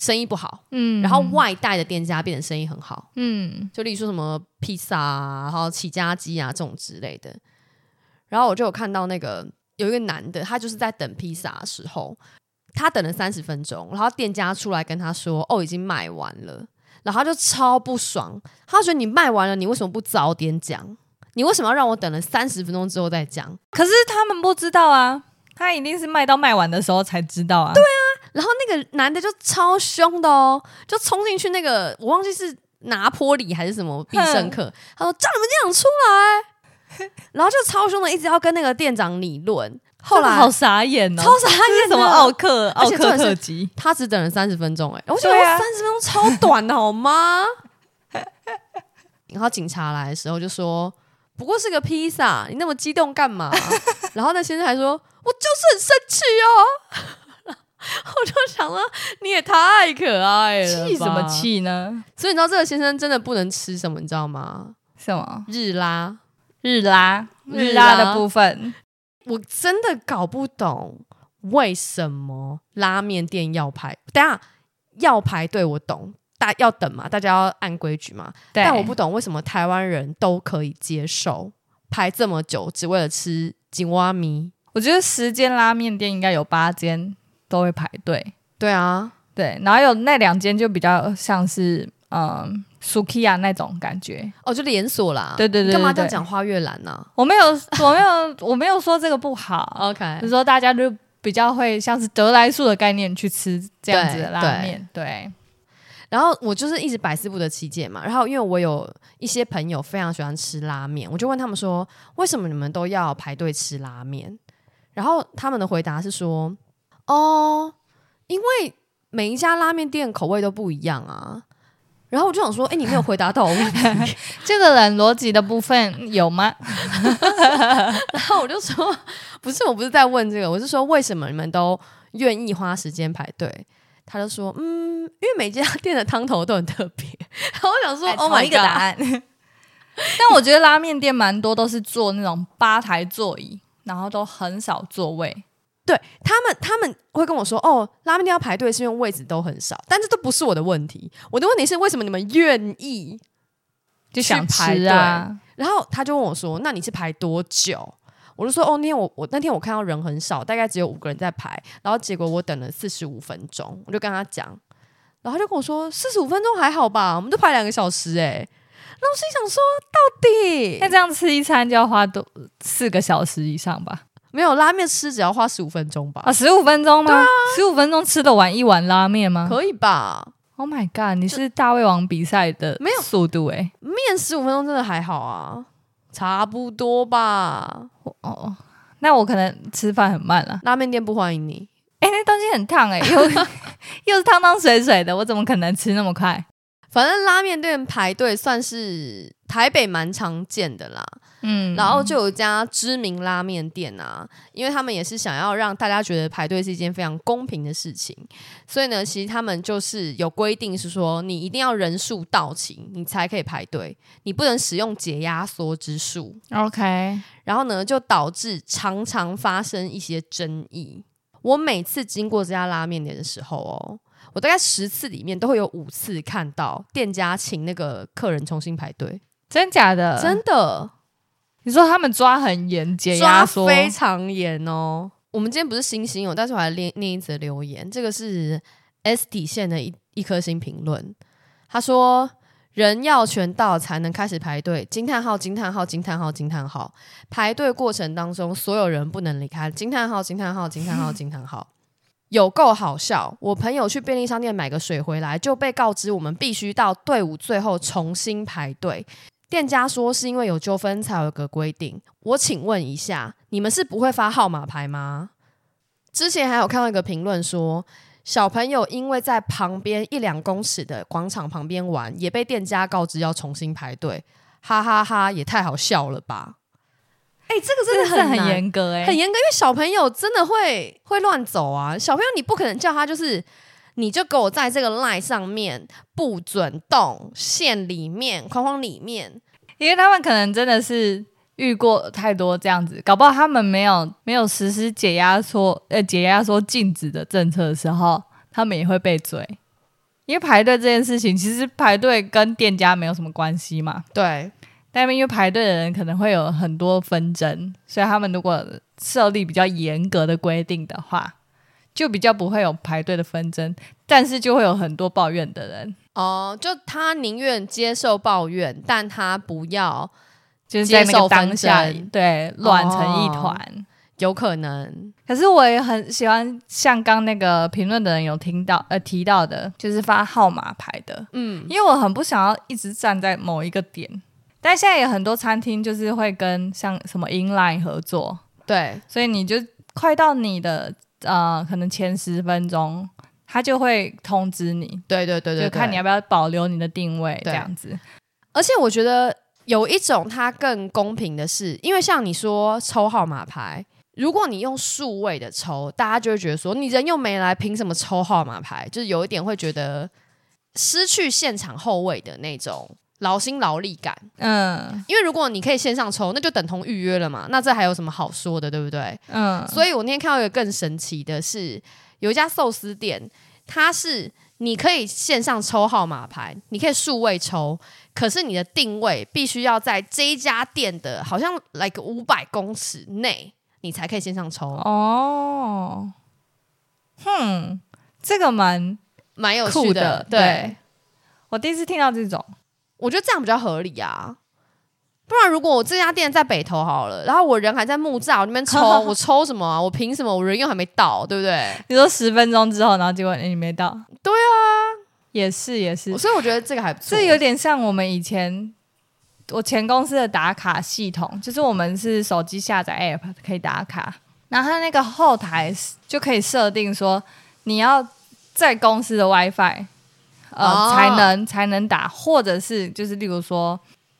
Speaker 2: 生意不好，
Speaker 3: 嗯
Speaker 2: 然后外带的店家变得生意很好，
Speaker 3: 嗯
Speaker 2: 就例如说什么披萨啊，然后起家鸡啊这种之类的。然后我就有看到那个有一个男的，他就是在等披萨的时候，他等了三十分钟，然后店家出来跟他说：“哦，已经卖完了。”然后他就超不爽，他觉得你卖完了，你为什么不早点讲？你为什么要让我等了三十分钟之后再讲？
Speaker 3: 可是他们不知道啊，他一定是卖到卖完的时候才知道啊。对，
Speaker 2: 然后那个男的就超凶的哦，就冲进去那个我忘记是拿坡里还是什么必胜客，他说叫你们店长出来， <laughs> 然后就超凶的一直要跟那个店长理论。后来
Speaker 3: 好傻眼哦，
Speaker 2: 超傻眼
Speaker 3: 什
Speaker 2: 的
Speaker 3: 么奥克
Speaker 2: 而
Speaker 3: 奥
Speaker 2: 且重
Speaker 3: 克
Speaker 2: 点是
Speaker 3: 特辑？
Speaker 2: 他只等了三十分钟、哎，我觉得
Speaker 3: 对啊
Speaker 2: 三十分钟超短的好吗？ <laughs> 然后警察来的时候就说：“不过是个披萨，你那么激动干
Speaker 3: <laughs>
Speaker 2: 嘛？”然后那先生还说：“我就是很生气哦。” <laughs> 我就想说，你也太可爱了，
Speaker 3: 气什么？气呢？
Speaker 2: 所以你知道这个先生真的不能吃什么，你知道吗？
Speaker 3: 什么
Speaker 2: 日拉，
Speaker 3: 日拉
Speaker 2: 日
Speaker 3: 日
Speaker 2: 拉
Speaker 3: 拉的部分？
Speaker 2: 我真的搞不懂为什么拉面店要排。等一下要排队，我懂，大要等嘛，大家要按规矩嘛。
Speaker 3: 对
Speaker 2: 但我不懂为什么台湾人都可以接受排这么久，只为了吃金蛙米。
Speaker 3: 我觉得十间拉面店应该有八间都会排队，
Speaker 2: 对啊，
Speaker 3: 对，然后有那两间就比较像是嗯 Sukiya 那种感觉。
Speaker 2: 哦，就连锁啦。
Speaker 3: 对对对
Speaker 2: 你干嘛这
Speaker 3: 对
Speaker 2: 样
Speaker 3: 对
Speaker 2: 讲花月兰啊呢、
Speaker 3: 我没有， <laughs> 我没有，我没有说这个不好，
Speaker 2: o k
Speaker 3: 只是说大家就比较会像是得来速的概念去吃这样子的拉面，对，
Speaker 2: 然后我就是一直百思不得其解嘛。然后因为我有一些朋友非常喜欢吃拉面，我就问他们说，为什么你们都要排队吃拉面？然后他们的回答是说，哦，因为每一家拉面店口味都不一样啊。然后我就想说，哎，你没有回答到我
Speaker 3: <laughs>
Speaker 2: 问题。
Speaker 3: 这个人逻辑的部分有吗？
Speaker 2: 然后我就说，不是，我不是在问这个，我是说为什么你们都愿意花时间排队？他就说，嗯，因为每家店的汤头都很特别。 <laughs> 然后我想说
Speaker 3: 哎
Speaker 2: ，Oh
Speaker 3: 同
Speaker 2: my
Speaker 3: 一个答
Speaker 2: god！
Speaker 3: 案。 <laughs> 但我觉得拉面店蛮多都是坐那种吧台座椅，然后都很少座位。
Speaker 2: 对他们，他们会跟我说：“哦，拉面店要排队是因为位置都很少。”但这都不是我的问题，我的问题是为什么你们愿意？
Speaker 3: 就
Speaker 2: 去
Speaker 3: 想
Speaker 2: 排
Speaker 3: 吃啊，
Speaker 2: 然后他就问我说：“那你是排多久？”我就说：“哦，那天我我那天我看到人很少，大概只有五个人在排，然后结果我等了四十五分钟，我就跟他讲，然后他就跟我说四十五分钟还好吧，我们都排两个小时哎、那我心想说，到
Speaker 3: 那
Speaker 2: 底
Speaker 3: 这样吃一餐就要花多四个小时以上吧？
Speaker 2: 没有拉面吃只要花十五分钟吧？
Speaker 3: 啊，十五分钟吗？十五、分钟吃得完一碗拉面吗
Speaker 2: 可以吧？
Speaker 3: ？Oh my god！你是大胃王比赛的
Speaker 2: 没有
Speaker 3: 速度哎、
Speaker 2: 面十五分钟真的还好啊，差不多吧。
Speaker 3: 哦，那我可能吃饭很慢啊了。
Speaker 2: 拉面店不欢迎你。
Speaker 3: 哎、那东西很烫哎、 <laughs> 又又是汤汤水水的，我怎么可能吃那么快？
Speaker 2: 反正拉面店排队算是台北蛮常见的啦，
Speaker 3: 嗯
Speaker 2: 然后就有一家知名拉面店啊，因为他们也是想要让大家觉得排队是一件非常公平的事情，所以呢，其实他们就是有规定是说，你一定要人数到齐，你才可以排队，你不能使用解压缩之术。
Speaker 3: OK，
Speaker 2: 然后呢，就导致常常发生一些争议。我每次经过这家拉面店的时候哦，我大概十次里面都会有五次看到店家请那个客人重新排队，
Speaker 3: 真假的？
Speaker 2: 真的
Speaker 3: 你说他们抓很严，解
Speaker 2: 抓
Speaker 3: 压缩，
Speaker 2: 非常严哦。我们今天不是星星哦，但是我还念念一则留言，这个是 S 底线的一一颗星评论，他说。人要全到才能开始排队！惊叹号！惊叹号！惊叹号！惊叹号！排队过程当中，所有人不能离开。惊叹号！惊叹号！惊叹号！惊叹号！有够好笑！我朋友去便利商店买个水回来，就被告知我们必须到队伍最后重新排队。店家说是因为有纠纷才有个规定。我请问一下，你们是不会发号码牌吗？之前还有看到一个评论说，小朋友因为在旁边一两公尺的广场旁边玩，也被店家告知要重新排队，哈哈哈也太好笑了吧！哎、这个真的
Speaker 3: 真的
Speaker 2: 很
Speaker 3: 是很
Speaker 2: 难
Speaker 3: 严格哎、
Speaker 2: 很严格，因为小朋友真的会会乱走啊。小朋友你不可能叫他就是你就给我在这个 line 上面不准动，线里面框框里面。
Speaker 3: 因为他们可能真的是遇过太多这样子，搞不好他们没有没有实施解压缩呃解压缩禁止的政策的时候，他们也会被追。因为排队这件事情，其实排队跟店家没有什么关系嘛，
Speaker 2: 对，
Speaker 3: 但因为排队的人可能会有很多纷争，所以他们如果设立比较严格的规定的话，就比较不会有排队的纷争，但是就会有很多抱怨的人，
Speaker 2: 哦、就他宁愿接受抱怨，但他不要，
Speaker 3: 就是在那
Speaker 2: 接
Speaker 3: 个
Speaker 2: 受纷
Speaker 3: 当下
Speaker 2: 争
Speaker 3: 对乱成一
Speaker 2: 哦
Speaker 3: 团。
Speaker 2: 有可能
Speaker 3: 可是我也很喜欢，像刚那个评论的人有听到呃提到的，就是发号码牌的，嗯，因为我很不想要一直站在某一个点。但现在有很多餐厅就是会跟像什么 Inline 合作，
Speaker 2: 对
Speaker 3: 所以你就快到你的呃可能前十分钟，他就会通知你，
Speaker 2: 对对对对，
Speaker 3: 就看你要不要保留你的定位这
Speaker 2: 对
Speaker 3: 样子。
Speaker 2: 而且我觉得有一种它更公平的是，因为像你说抽号码牌，如果你用数位的抽，大家就会觉得嗯说你人又没来，凭什么抽号码牌？就是有一点会觉得失去现场后位的那种劳心劳力感。
Speaker 3: 嗯
Speaker 2: 因为如果你可以线上抽，那就等同预约了嘛，那这还有什么好说的，对不对？
Speaker 3: 嗯，
Speaker 2: 所以我那天看到一个更神奇的是，有一家寿司店，它是你可以线上抽号码牌，你可以数位抽，可是你的定位必须要在这一家店的好像 like 五百公尺内，你才可以线上抽，
Speaker 3: 哦，哼，这个蛮
Speaker 2: 蛮有
Speaker 3: 酷
Speaker 2: 趣
Speaker 3: 的，
Speaker 2: 对，
Speaker 3: 我第一次听到这种，
Speaker 2: 我觉得这样比较合理啊。不然，如果我这家店在北投好了，然后我人还在木栅我那边
Speaker 3: <laughs>
Speaker 2: 抽，我抽什么啊？我凭什么？我人又还没到，对不对？
Speaker 3: 你说十分钟之后，然后结果、诶你没到，对啊，也是也是，
Speaker 2: 所以我觉得这个还不错。
Speaker 3: 这有点像我们以前我前公司的打卡系统，就是我们是手机下载 app 可以打卡，然后它那个后台是就可以设定说你要在公司的 WiFi 呃、
Speaker 2: 哦
Speaker 3: 才能才能打，或者是就是例如说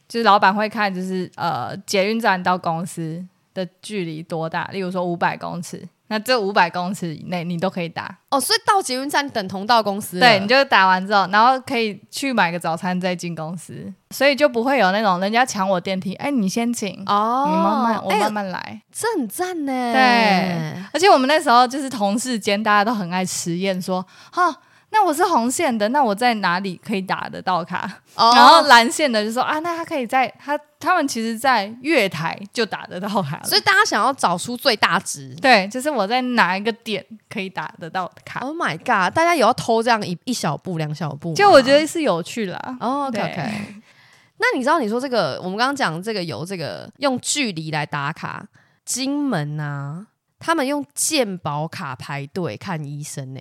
Speaker 3: 就是老板会看就是呃捷运站到公司的距离多大，例如说五百公尺。那这五百公尺以内，你都可以打，
Speaker 2: 哦，所以到捷运站等同到公司了，
Speaker 3: 对，你就打完之后，然后可以去买个早餐再进公司，所以就不会有那种人家抢我电梯，哎、你先请，
Speaker 2: 哦，
Speaker 3: 你慢慢，我
Speaker 2: 哎
Speaker 3: 慢慢来。
Speaker 2: 这很赞呢。
Speaker 3: 对，而且我们那时候就是同事间，大家都很爱实验，说，哈、那我是红线的，那我在哪里可以打得到卡？
Speaker 2: 哦，
Speaker 3: 然后蓝线的就说啊，那他可以在他他们其实，在月台就打得到卡了
Speaker 2: 所以大家想要找出最大值。
Speaker 3: 对，就是我在哪一个点可以打得到卡，
Speaker 2: Oh my god！大家也要偷这样一一小步、两小步吗，
Speaker 3: 就我觉得是有趣啦。
Speaker 2: 哦，OK
Speaker 3: 对
Speaker 2: OK。那你知道你说这个，我们刚刚讲这个有这个用距离来打卡，金门啊，他们用健保卡排队看医生呢、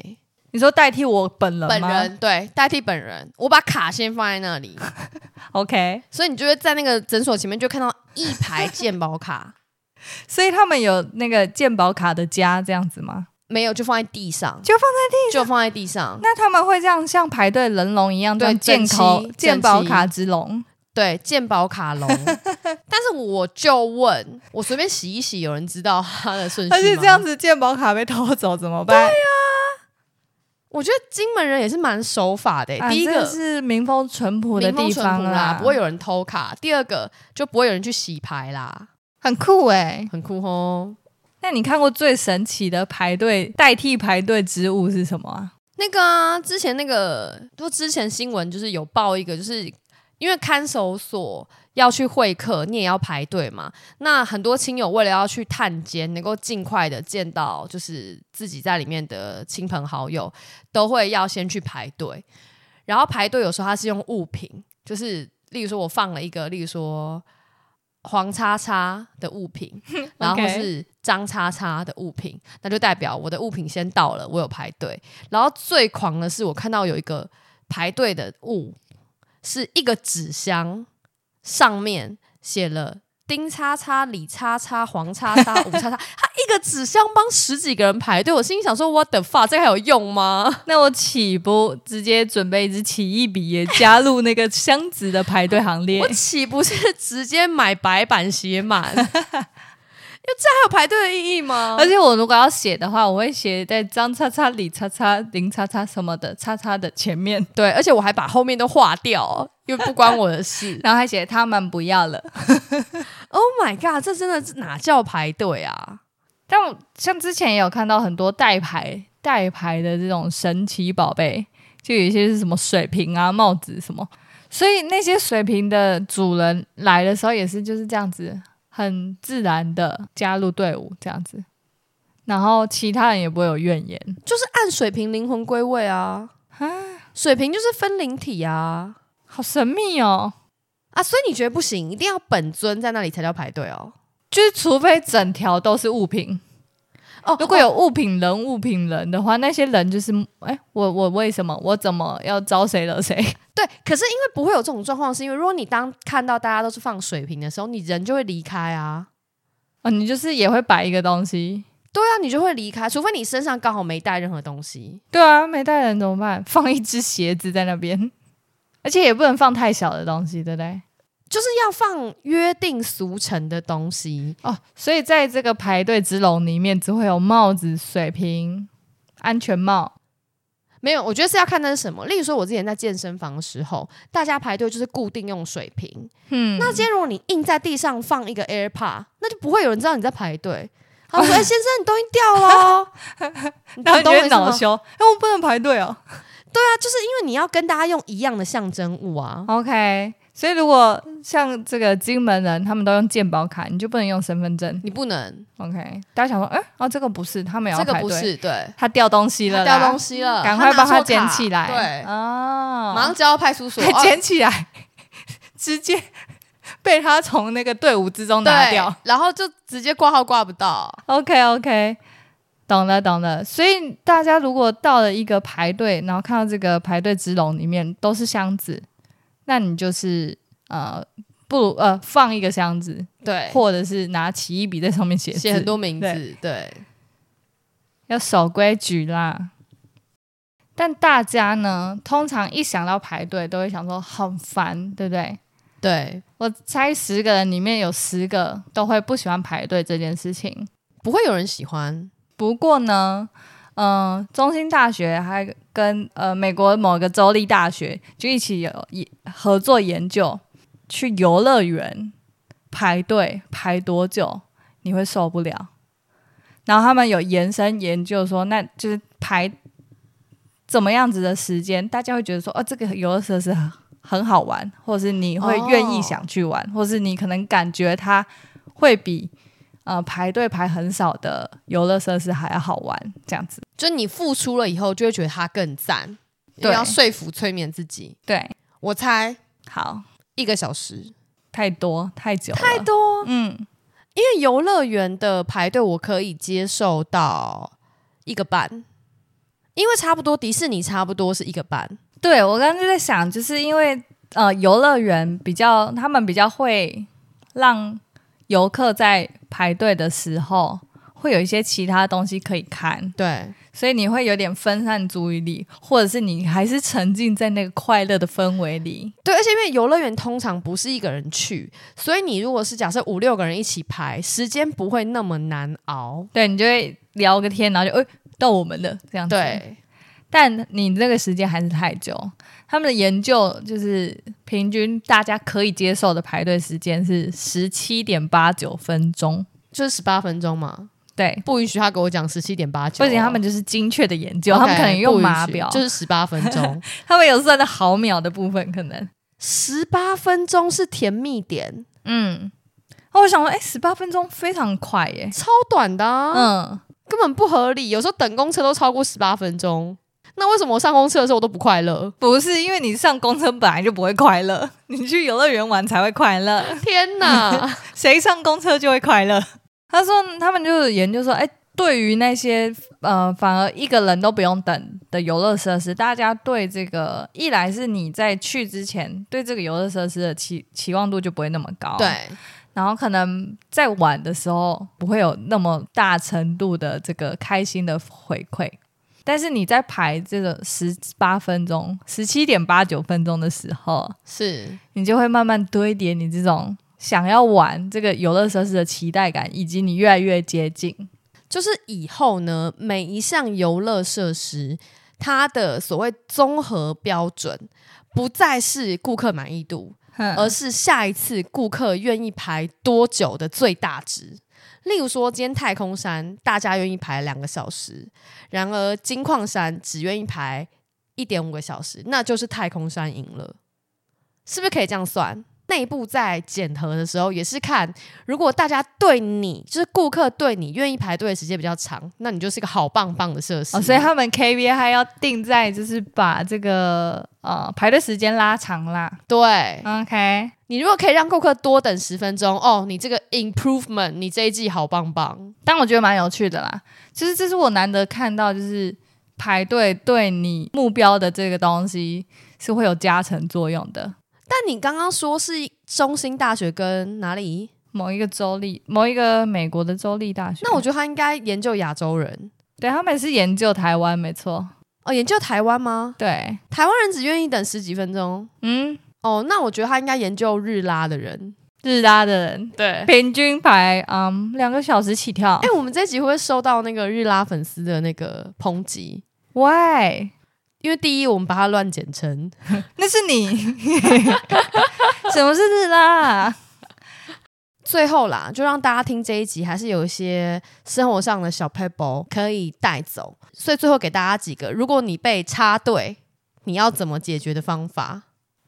Speaker 3: 你说代替我本人
Speaker 2: 本
Speaker 3: 吗
Speaker 2: 人对代替本人，我把卡先放在 <laughs> 那里，
Speaker 3: ，OK。
Speaker 2: 所以你就会在那个诊所前面就看到一排健保卡，
Speaker 3: 所以他们有那个鉴宝卡的家这样子吗？
Speaker 2: 没有就放在地上，
Speaker 3: 就放
Speaker 2: <laughs> 就放在地上。
Speaker 3: 那他们会这样像排队人龙一样，
Speaker 2: 对
Speaker 3: 这样健
Speaker 2: 整
Speaker 3: 口
Speaker 2: 齐
Speaker 3: 鉴宝卡之龙，
Speaker 2: 对，鉴宝卡
Speaker 3: <laughs>
Speaker 2: 龙。但是我就问，我随便洗一洗，有人知道它的顺序吗？
Speaker 3: 而且这样，子鉴宝卡被偷走怎么办？
Speaker 2: 我觉得金门人也是蛮守法的、欸
Speaker 3: 啊
Speaker 2: 哎第一
Speaker 3: 这
Speaker 2: 个
Speaker 3: 是民风淳朴的
Speaker 2: 民风
Speaker 3: 地
Speaker 2: 淳
Speaker 3: 方啊
Speaker 2: 朴啦，不会有人偷卡；第二个就不会有人去洗牌啦，
Speaker 3: 很酷哎、
Speaker 2: 很酷哦吼。
Speaker 3: 那你看过最神奇的排队代替排队之物是什么啊？
Speaker 2: 那个啊，之前那个，就之前新闻就是有报一个，就是因为看守所要去会客，你也要排队嘛。那很多亲友为了要去探监，能够尽快的见到就是自己在里面的亲朋好友，都会要先去排队。然后排队有时候它是用物品，就是例如说我放了一个，例如说黄叉叉的物品，然后
Speaker 3: OK
Speaker 2: 是张叉叉的物品，那就代表我的物品先到了，我有排队。然后最狂的是，我看到有一个排队的物是一个纸箱，上面写了。丁叉叉、李叉叉、黄叉叉、吴叉叉，他一个纸箱帮十几个人排队，我心里想说，what the fuck，这个还有用吗？ <laughs>
Speaker 3: 那我岂不直接准备一支奇异笔也加入那个箱子的排队行
Speaker 2: <laughs>
Speaker 3: 列
Speaker 2: 我？岂不是直接买白板写满？还有排队的意义吗？
Speaker 3: 而且我如果要写的话，我会写在张叉叉、李叉叉、林叉叉什么的叉叉的前面，。
Speaker 2: 对，而且我还把后面都划掉，因为不关我的事
Speaker 3: 然后还写他们不要了。
Speaker 2: <laughs> oh my god，这真的是哪叫排队啊？
Speaker 3: 但我像之前也有看到很多代牌代牌的这种神奇宝贝，就有一些是什么水瓶啊、帽子什么，所以那些水瓶的主人来的时候也是就是这样子，很自然的加入队伍这样子，然后其他人也不会有怨言。
Speaker 2: 就是按水平灵魂归位啊，水平就是分灵体啊
Speaker 3: 好神秘哦，
Speaker 2: 啊，所以你觉得不行，一定要本尊在那里才叫排队哦。
Speaker 3: 就是除非整条都是物品，
Speaker 2: 哦，
Speaker 3: 如果有物品人、物品人的话，那些人就是哎、我我为什么我怎么要招谁惹谁？
Speaker 2: 对，可是因为不会有这种状况，是因为如果你当看到大家都是放水瓶的时候，你人就会离开啊。
Speaker 3: <laughs> 哦，你就是也会摆一个东西。
Speaker 2: 对啊，你就会离开，除非你身上刚好没带任何东西。
Speaker 3: 对啊，没带人怎么办？放一只鞋子在那边，而且也不能放太小的东西，对不对？
Speaker 2: 就是要放约定俗成的东西，
Speaker 3: 哦，所以在这个排队之笼里面，只会有帽子、水瓶、安全帽。
Speaker 2: 没有，我觉得是要看那是什么。例如说，我之前在健身房的时候，大家排队就是固定用水瓶。
Speaker 3: 嗯，
Speaker 2: 那今天如果你硬在地上放一个 AirPod，那就不会有人知道你在排队。他们说：“哎、先生，你东西掉了
Speaker 3: <laughs>
Speaker 2: 哦。”你
Speaker 3: 然后
Speaker 2: 懂
Speaker 3: 你就
Speaker 2: 我意
Speaker 3: 会
Speaker 2: 思吗
Speaker 3: 恼羞，哎、我不能排队哦。
Speaker 2: 对啊，就是因为你要跟大家用一样的象征物啊。
Speaker 3: OK，所以如果像这个金门人，他们都用健保卡，你就不能用身份证。
Speaker 2: 你不能，
Speaker 3: OK，大家想说，哎、哦，这个不是，他们也要
Speaker 2: 这个
Speaker 3: 排队，
Speaker 2: 不是对，
Speaker 3: 他掉东西
Speaker 2: 他
Speaker 3: 了，
Speaker 2: 掉东
Speaker 3: 西，
Speaker 2: 西了，
Speaker 3: 赶快
Speaker 2: 拿
Speaker 3: 帮他
Speaker 2: 错
Speaker 3: 捡
Speaker 2: 卡
Speaker 3: 起来，
Speaker 2: 对，
Speaker 3: 哦，
Speaker 2: 马上交到派出所。
Speaker 3: <laughs> 还
Speaker 2: 哦
Speaker 3: 捡起来，直接被他从那个队伍之中拿掉
Speaker 2: 对。，然后就直接挂号挂不到。
Speaker 3: OK OK，懂了懂了。所以大家如果到了一个排队，然后看到这个排队之笼里面都是箱子，那你就是呃不如呃放一个箱子，
Speaker 2: 对，
Speaker 3: 或者是拿起一笔在上面写字
Speaker 2: 写很多名字，对，
Speaker 3: 要守规矩啦。但大家呢，通常一想到排队，都会想说很烦，对不对？
Speaker 2: 对，
Speaker 3: 我猜十个人里面有十个都会不喜欢排队这件事情。
Speaker 2: 不会有人喜欢。
Speaker 3: 不过呢，嗯、中兴大学还跟呃美国某个州立大学就一起有也合作研究，去游乐园排队排多久你会受不了。然后他们有延伸研究说，那就是排怎么样子的时间，大家会觉得说，哦，这个游乐设施很很好玩，或者是你会愿意
Speaker 2: 哦
Speaker 3: 想去玩，或是你可能感觉它会比呃排队排很少的游乐设施还要好玩，这样子。
Speaker 2: 就你付出了以后，就会觉得他更赞，
Speaker 3: 对
Speaker 2: 要说服催眠自己。
Speaker 3: 对，
Speaker 2: 我猜
Speaker 3: 好，
Speaker 2: 一个小时
Speaker 3: 太多太久了，
Speaker 2: 太多，
Speaker 3: 嗯，
Speaker 2: 因为游乐园的排队我可以接受到一个半，因为差不多迪士尼差不多是一个半，
Speaker 3: 对我刚刚就在想，就是因为呃游乐园比较，他们比较会让游客在排队的时候。会有一些其他东西可以看，
Speaker 2: 对
Speaker 3: 所以你会有点分散注意力，或者是你还是沉浸在那个快乐的氛围里。
Speaker 2: 对，而且因为游乐园通常不是一个人去，所以你如果是假设五六个人一起排，时间不会那么难熬。
Speaker 3: 对你就会聊个天，然后就哎、到我们了这样子。，
Speaker 2: 对，
Speaker 3: 但你这个时间还是太久。他们的研究就是平均大家可以接受的排队时间是十七点八九分钟。
Speaker 2: 就是十八分钟嘛，
Speaker 3: 对，
Speaker 2: 不允许他给我讲十七点八九，
Speaker 3: 不仅他们就是精确的研究
Speaker 2: 哦 OK，
Speaker 3: 他们可能用
Speaker 2: 不允许
Speaker 3: 码表，
Speaker 2: 就是十八分
Speaker 3: <laughs>
Speaker 2: 钟。
Speaker 3: 他们有算到毫秒的部分，可能。
Speaker 2: 十八分钟是甜蜜点，
Speaker 3: 嗯，那我想说，哎、1十八分钟非常快耶。
Speaker 2: 超短的、啊，
Speaker 3: 嗯，
Speaker 2: 根本不合理。有时候等公车都超过十八分钟，那为什么我上公车的时候我都不快乐？
Speaker 3: 不是，因为你上公车本来就不会快乐，你去游乐园玩才会快乐。
Speaker 2: 天
Speaker 3: <laughs>
Speaker 2: 哪！
Speaker 3: 谁上公车就会快乐。他说他们就是研究说，哎，对于那些呃反而一个人都不用等的游乐设施，大家对这个一来是你在去之前对这个游乐设施的期期望度就不会那么高，，
Speaker 2: 对，
Speaker 3: 然后可能在玩的时候不会有那么大程度的这个开心的回馈。但是你在排这个十八分钟、十七点八九分钟的时候，
Speaker 2: 是
Speaker 3: 你就会慢慢堆叠你这种想要玩这个游乐设施的期待感，以及你越来越接近。
Speaker 2: 就是以后呢，每一项游乐设施它的所谓综合标准，不再是顾客满意度，而
Speaker 3: 而
Speaker 2: 是下一次顾客愿意排多久的最大值。例如说，今天太空山大家愿意排两个小时，然而金矿山只愿意排一点五个小时，那就是太空山赢了，是不是可以这样算？内部在检核的时候，也是看如果大家对你，就是顾客对你愿意排队的时间比较长，那你就是一个好棒棒的设施。
Speaker 3: 哦，所以他们 KPI 要定在就是把这个呃排队时间拉长啦。
Speaker 2: 对
Speaker 3: OK，
Speaker 2: 你如果可以让顾客多等十分钟，哦，你这个 improvement，你这一季好棒棒。
Speaker 3: 但我觉得蛮有趣的啦。其实这是我难得看到，就是排队对你目标的这个东西是会有加成作用的。
Speaker 2: 但你刚刚说是中兴大学跟哪里？
Speaker 3: 某一个州立，某一个美国的州立大学，
Speaker 2: 那我觉得他应该研究亚洲人
Speaker 3: 对他们是研究台湾，没错，
Speaker 2: 哦，研究台湾吗？
Speaker 3: 对，
Speaker 2: 台湾人只愿意等十几分钟
Speaker 3: 嗯，
Speaker 2: 哦，那我觉得他应该研究日拉的人。
Speaker 3: 日拉的人
Speaker 2: 对，
Speaker 3: <laughs> 平均排嗯两个小时起跳。
Speaker 2: 哎、我们这集会不会收到那个日拉粉丝的那个抨击？
Speaker 3: 喂，
Speaker 2: 因为第一，我们把它乱简称，
Speaker 3: 那是你， <laughs> 什么是日拉？
Speaker 2: 最后啦，就让大家听这一集，还是有一些生活上的小 pebble 可以带走。所以最后给大家几个，如果你被插队，你要怎么解决的方法？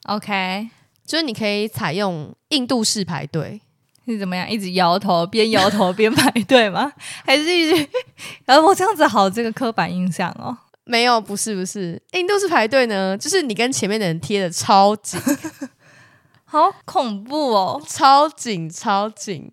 Speaker 3: OK，
Speaker 2: 就是你可以采用印度式排队，
Speaker 3: 是怎么样？一直摇头，边摇头边排队 <laughs> 吗？还是一直？然后我这样子好，这个刻板印象哦。
Speaker 2: 没有，不是不是，印度式排队呢，就是你跟前面的人贴的超紧、 <laughs>
Speaker 3: 好恐怖哦！
Speaker 2: 超紧、超紧。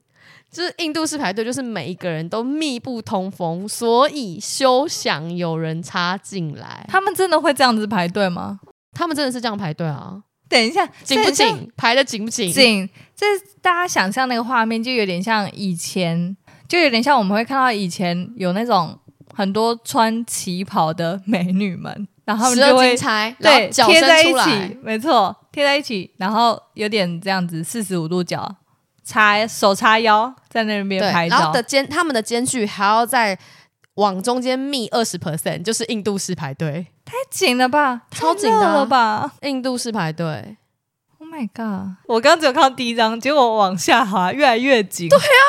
Speaker 2: 就是印度式排队，就是每一个人都密不通风，所以休想有人插进来。
Speaker 3: 他们真的会这样子排队吗？
Speaker 2: 他们真的是这样排队啊，
Speaker 3: 等一下，
Speaker 2: 紧不
Speaker 3: 这样
Speaker 2: 紧？排的紧不紧？
Speaker 3: 紧，这大家想象那个画面，就有点像以前，就有点像我们会看到以前有那种很多穿旗袍的美女们，然后她们
Speaker 2: 十二
Speaker 3: 就会
Speaker 2: 金钗，然
Speaker 3: 对
Speaker 2: 后脚
Speaker 3: 贴在
Speaker 2: 伸
Speaker 3: 一
Speaker 2: 出来
Speaker 3: 起，，没错，贴在一起，然后有点这样子四十五度角，叉手叉腰在那边
Speaker 2: 对，
Speaker 3: 拍
Speaker 2: 然后
Speaker 3: 照
Speaker 2: 的，间他们的间距还要再往中间密二十 percent，就是印度式排队，
Speaker 3: 太紧了吧，
Speaker 2: 超
Speaker 3: 太
Speaker 2: 紧的
Speaker 3: 热
Speaker 2: 啊
Speaker 3: 了吧
Speaker 2: 印度式排队。
Speaker 3: ？Oh my god！我刚只有看到第一张，结果往下滑越来越紧。对啊，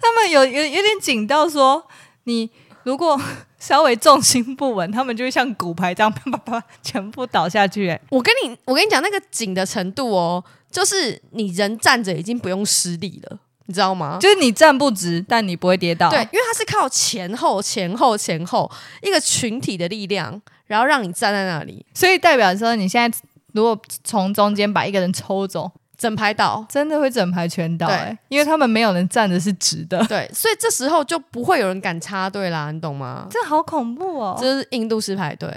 Speaker 3: 他们有有有点紧到说，你如果稍微重心不稳，他们就会像骨牌这样啪啪啪全部倒下去、欸。
Speaker 2: 我跟你，我跟你讲那个紧的程度哦，就是你人站着已经不用施力了，你知道吗？
Speaker 3: 就是你站不直，但你不会跌倒。
Speaker 2: 对，因为它是靠前后、前后、前后一个群体的力量，然后让你站在那里
Speaker 3: 所以代表说，你现在如果从中间把一个人抽走，
Speaker 2: 整排
Speaker 3: <laughs>
Speaker 2: 倒。
Speaker 3: 真的会整排全倒、
Speaker 2: 对
Speaker 3: 欸，因为他们没有人站的是直的，
Speaker 2: 对，所以这时候就不会有人敢插队啦，你懂吗？
Speaker 3: 这好恐怖哦！
Speaker 2: 这是印度式排队。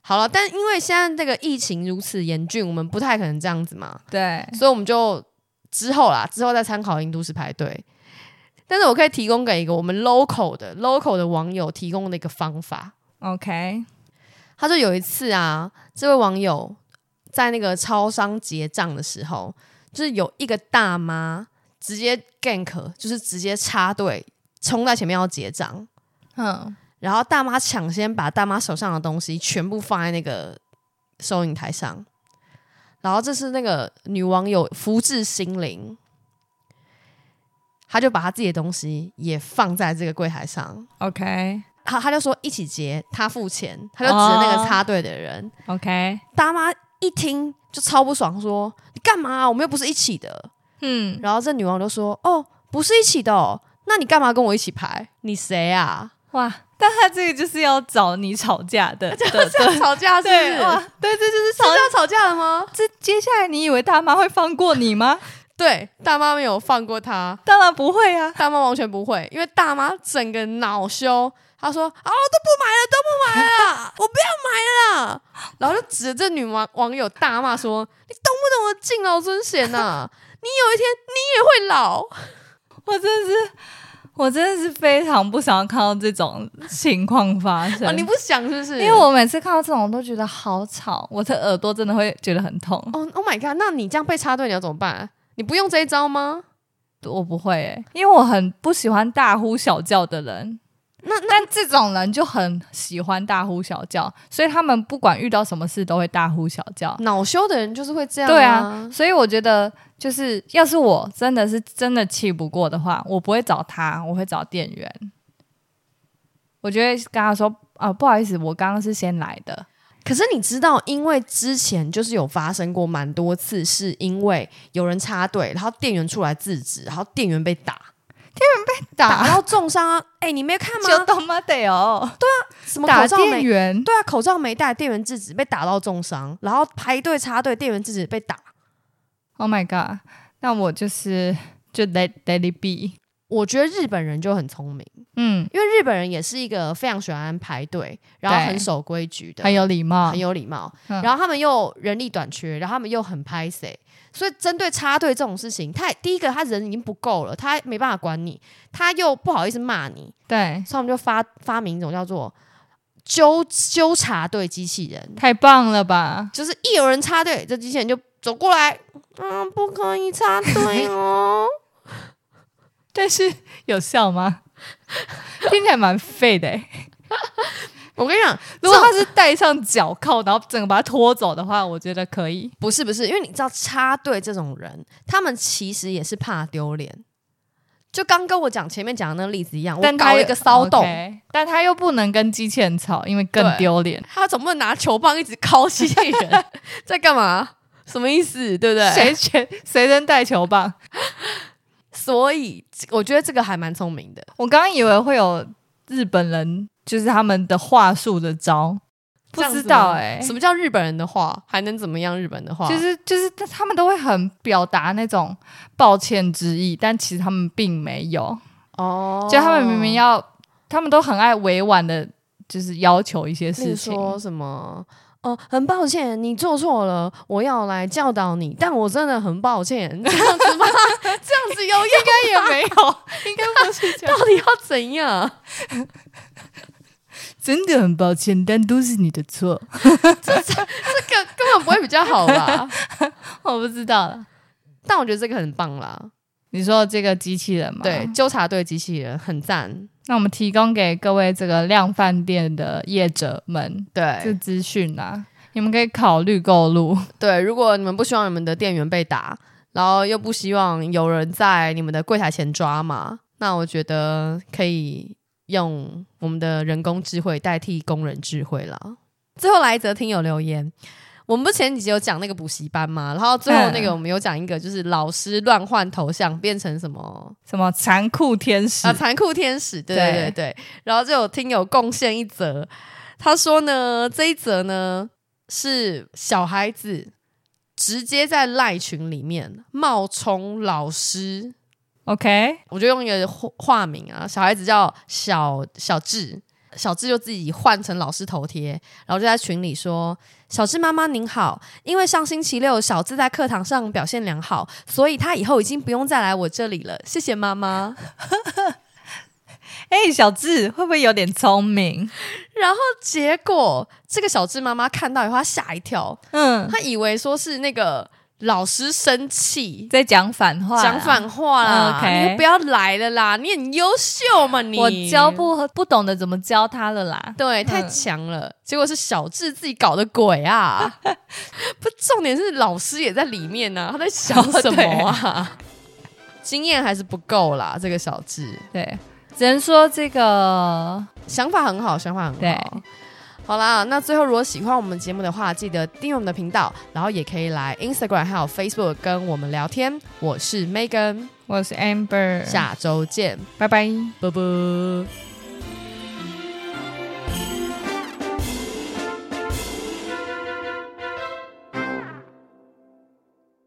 Speaker 2: 好了，但因为现在这个疫情如此严峻，我们不太可能这样子嘛，
Speaker 3: 对，
Speaker 2: 所以我们就之后啦，之后再参考印度式排队。但是我可以提供给一个我们 local 的 local 的网友提供的一个方法，
Speaker 3: OK，
Speaker 2: 他说有一次啊，这位网友在那个超商结账的时候，就是有一个大妈直接 gank，就是直接插队冲在前面要结账，
Speaker 3: 嗯，
Speaker 2: 然后大妈抢先把大妈手上的东西全部放在那个收银台上，然后这是那个女网友福至心灵，她就把她自己的东西也放在这个柜台上，
Speaker 3: ，OK，OK，、
Speaker 2: 她她就说一起结，她付钱，她就指着那个
Speaker 3: 哦
Speaker 2: 插队的人，大妈一听就超不爽，说你干嘛啊、我们又不是一起的。
Speaker 3: 嗯，
Speaker 2: 然后这女网友就说哦，不是一起的、哦，那你干嘛跟我一起排？你谁 <laughs> 啊？
Speaker 3: 哇，但他这个就是要找你吵架 <laughs> 的，对对
Speaker 2: 吵架是不
Speaker 3: 对，哇
Speaker 2: 是？，
Speaker 3: 对，这就是吵
Speaker 2: 吵。架吵架了吗？
Speaker 3: 这接下来你以为大妈会放过你吗？
Speaker 2: 对，大妈没有放过他，
Speaker 3: 当然不会啊！
Speaker 2: 大妈完全不会，因为大妈整个恼羞，她说：“啊，我都不买了，都不买 <laughs> 了，我不要买了啦。”然后就指着这女网网友大骂说：“你懂不懂我敬老尊贤呐、啊 <laughs> 你有一天你也会老。”
Speaker 3: 我真的是，我真的是非常不想要看到这种情况发生。
Speaker 2: <laughs> 哦，你不想是不是？
Speaker 3: 因为我每次看到这种，我都觉得好吵，我的耳朵真的会觉得很痛。
Speaker 2: 哦，Oh my god！那你这样被插队，你要怎么办？你不用这一招吗？
Speaker 3: 我不会、欸，因为我很不喜欢大呼小叫的人。那但这种人就很喜欢大呼小叫，所以他们不管遇到什么事都会大呼小叫。
Speaker 2: 恼羞的人就是会这样、
Speaker 3: 对啊，，所以我觉得就是，要是我真的是真的气不过的话，我不会找他，我会找店员。我就会跟他说啊、不好意思，我刚刚是先来的。
Speaker 2: 可是你知道，因为之前就是有发生过蛮多次，是因为有人插队，然后店员出来制止，然后店员被打，打
Speaker 3: 打
Speaker 2: 到重伤啊！哎、你没有看
Speaker 3: 就
Speaker 2: 吗？
Speaker 3: 他妈的哦，
Speaker 2: 什么
Speaker 3: 打
Speaker 2: 口罩
Speaker 3: 店
Speaker 2: 没？
Speaker 3: 员，
Speaker 2: 对啊，口罩没戴，店员制止被打到重伤，然后排队插队，店员制止被打。
Speaker 3: Oh my god！那我就是就 let let it be。
Speaker 2: 我觉得日本人就很聪明，
Speaker 3: 嗯，
Speaker 2: 因为日本人也是一个非常喜欢排队，然后
Speaker 3: 对
Speaker 2: 很守规矩的，
Speaker 3: 很有礼貌
Speaker 2: 很。啊有礼貌，
Speaker 3: 嗯
Speaker 2: 然后他们又人力短缺，然后他们又很拍谁，所以针对插队这种事情，他也第一个他人已经不够了，他没办法管你，他又不好意思骂你，
Speaker 3: 对，
Speaker 2: 所以我们就发发明一种叫做纠纠察队机器人，
Speaker 3: 太棒了吧！
Speaker 2: 就是一有人插队，这机器人就走过来，嗯，不可以插队哦。 <laughs>
Speaker 3: 但是有效吗？听起来蛮废的、欸。
Speaker 2: 我跟你讲，
Speaker 3: 如果他是戴上脚铐，然后整个把他拖走的话，我觉得可以。
Speaker 2: 不是不是，因为你知道插队这种人，他们其实也是怕丢脸。就刚跟我讲前面讲的那个例子一样，我
Speaker 3: 但
Speaker 2: 搞
Speaker 3: 他
Speaker 2: 了一个骚动
Speaker 3: OK，但他又不能跟机器人吵，因为更
Speaker 2: 对
Speaker 3: 丢脸。
Speaker 2: 他总不能拿球棒一直敲机器人， <laughs> 在干嘛？什么意思？对不对？
Speaker 3: <laughs> 谁谁谁能带球棒？
Speaker 2: 所以我觉得这个还蛮聪明的，
Speaker 3: 我刚刚以为会有日本人，就是他们的话术的招，不
Speaker 2: 这样
Speaker 3: 知
Speaker 2: 子吗
Speaker 3: 道哎、
Speaker 2: 什么叫日本人的话，还能怎么样？日本的话
Speaker 3: 就是就是他他们都会很表达那种抱歉之意，但其实他们并没有，
Speaker 2: 哦
Speaker 3: 就他们明明要，他们都很爱委婉的，就是要求一些
Speaker 2: 例
Speaker 3: 事
Speaker 2: 如
Speaker 3: 情。
Speaker 2: 说什么？哦，很抱歉，你做错了，我要来教导你，但我真的很抱歉， <laughs> 这样子吗？这样子有用
Speaker 3: 应该也没有，应该不是这
Speaker 2: <laughs>
Speaker 3: 样
Speaker 2: 到。底要怎样？
Speaker 3: 真的很抱歉，但都是你的错。
Speaker 2: 这个根本不会比较好吧？
Speaker 3: <laughs> 我不知道了。
Speaker 2: <laughs> 但我觉得这个很棒啦，嗯
Speaker 3: 你说这个机器人吗？
Speaker 2: 对，，纠察队机器人很赞，
Speaker 3: 那我们提供给各位这个量饭店的业者们这
Speaker 2: 对
Speaker 3: 资讯啊，你们可以考虑购入。 <laughs>
Speaker 2: 对。如果你们不希望你们的店员被打，然后又不希望有人在你们的柜台前抓嘛，那我觉得可以用我们的人工智慧代替工人智慧啦。最后来一则听友留言。我们不前几集有讲那个补习班嘛，然后最后那个
Speaker 3: 嗯
Speaker 2: 我们有讲一个，就是老师乱换头像变成什么
Speaker 3: 什么残酷天使
Speaker 2: 啊，残酷天使，对对对
Speaker 3: 对
Speaker 2: 对。然后就有听友贡献一则，他说呢，这一则呢是小孩子直接在赖群里面冒充老师，
Speaker 3: ？OK，
Speaker 2: 我就用一个化化名啊，小孩子叫小小智。小智就自己换成老师头贴，然后就在群里说：“小智妈妈您好，因为上星期六小智在课堂上表现良好，所以他以后已经不用再来我这里了，谢谢妈妈。”
Speaker 3: 哎、小智会不会有点聪明？
Speaker 2: 然后结果这个小智妈妈看到以后，她吓一跳，
Speaker 3: 嗯，
Speaker 2: 她以为说是那个老师生气。
Speaker 3: 在讲反话，啊
Speaker 2: 讲。反话啦！
Speaker 3: 嗯，OK
Speaker 2: 你就不要来了啦！你很优秀嘛，你
Speaker 3: 我教不不懂得怎么教他了啦。
Speaker 2: 对，太强了。结果是小智自己搞的鬼
Speaker 3: <laughs>
Speaker 2: 啊！不，重点是老师也在里面呢、啊，他在想
Speaker 3: 哦
Speaker 2: 什么啊？经验还是不够啦，这个小智
Speaker 3: 对，只能说这个
Speaker 2: 想法很好，想法很
Speaker 3: 对
Speaker 2: 好。好啦，那最后如果喜欢我们节目的话，记得订阅我们的频道，然后也可以来 Instagram 还有 Facebook 跟我们聊天。我是 Megan，
Speaker 3: 我是 Amber，
Speaker 2: 下周见，
Speaker 3: 拜拜。
Speaker 2: 啵啵。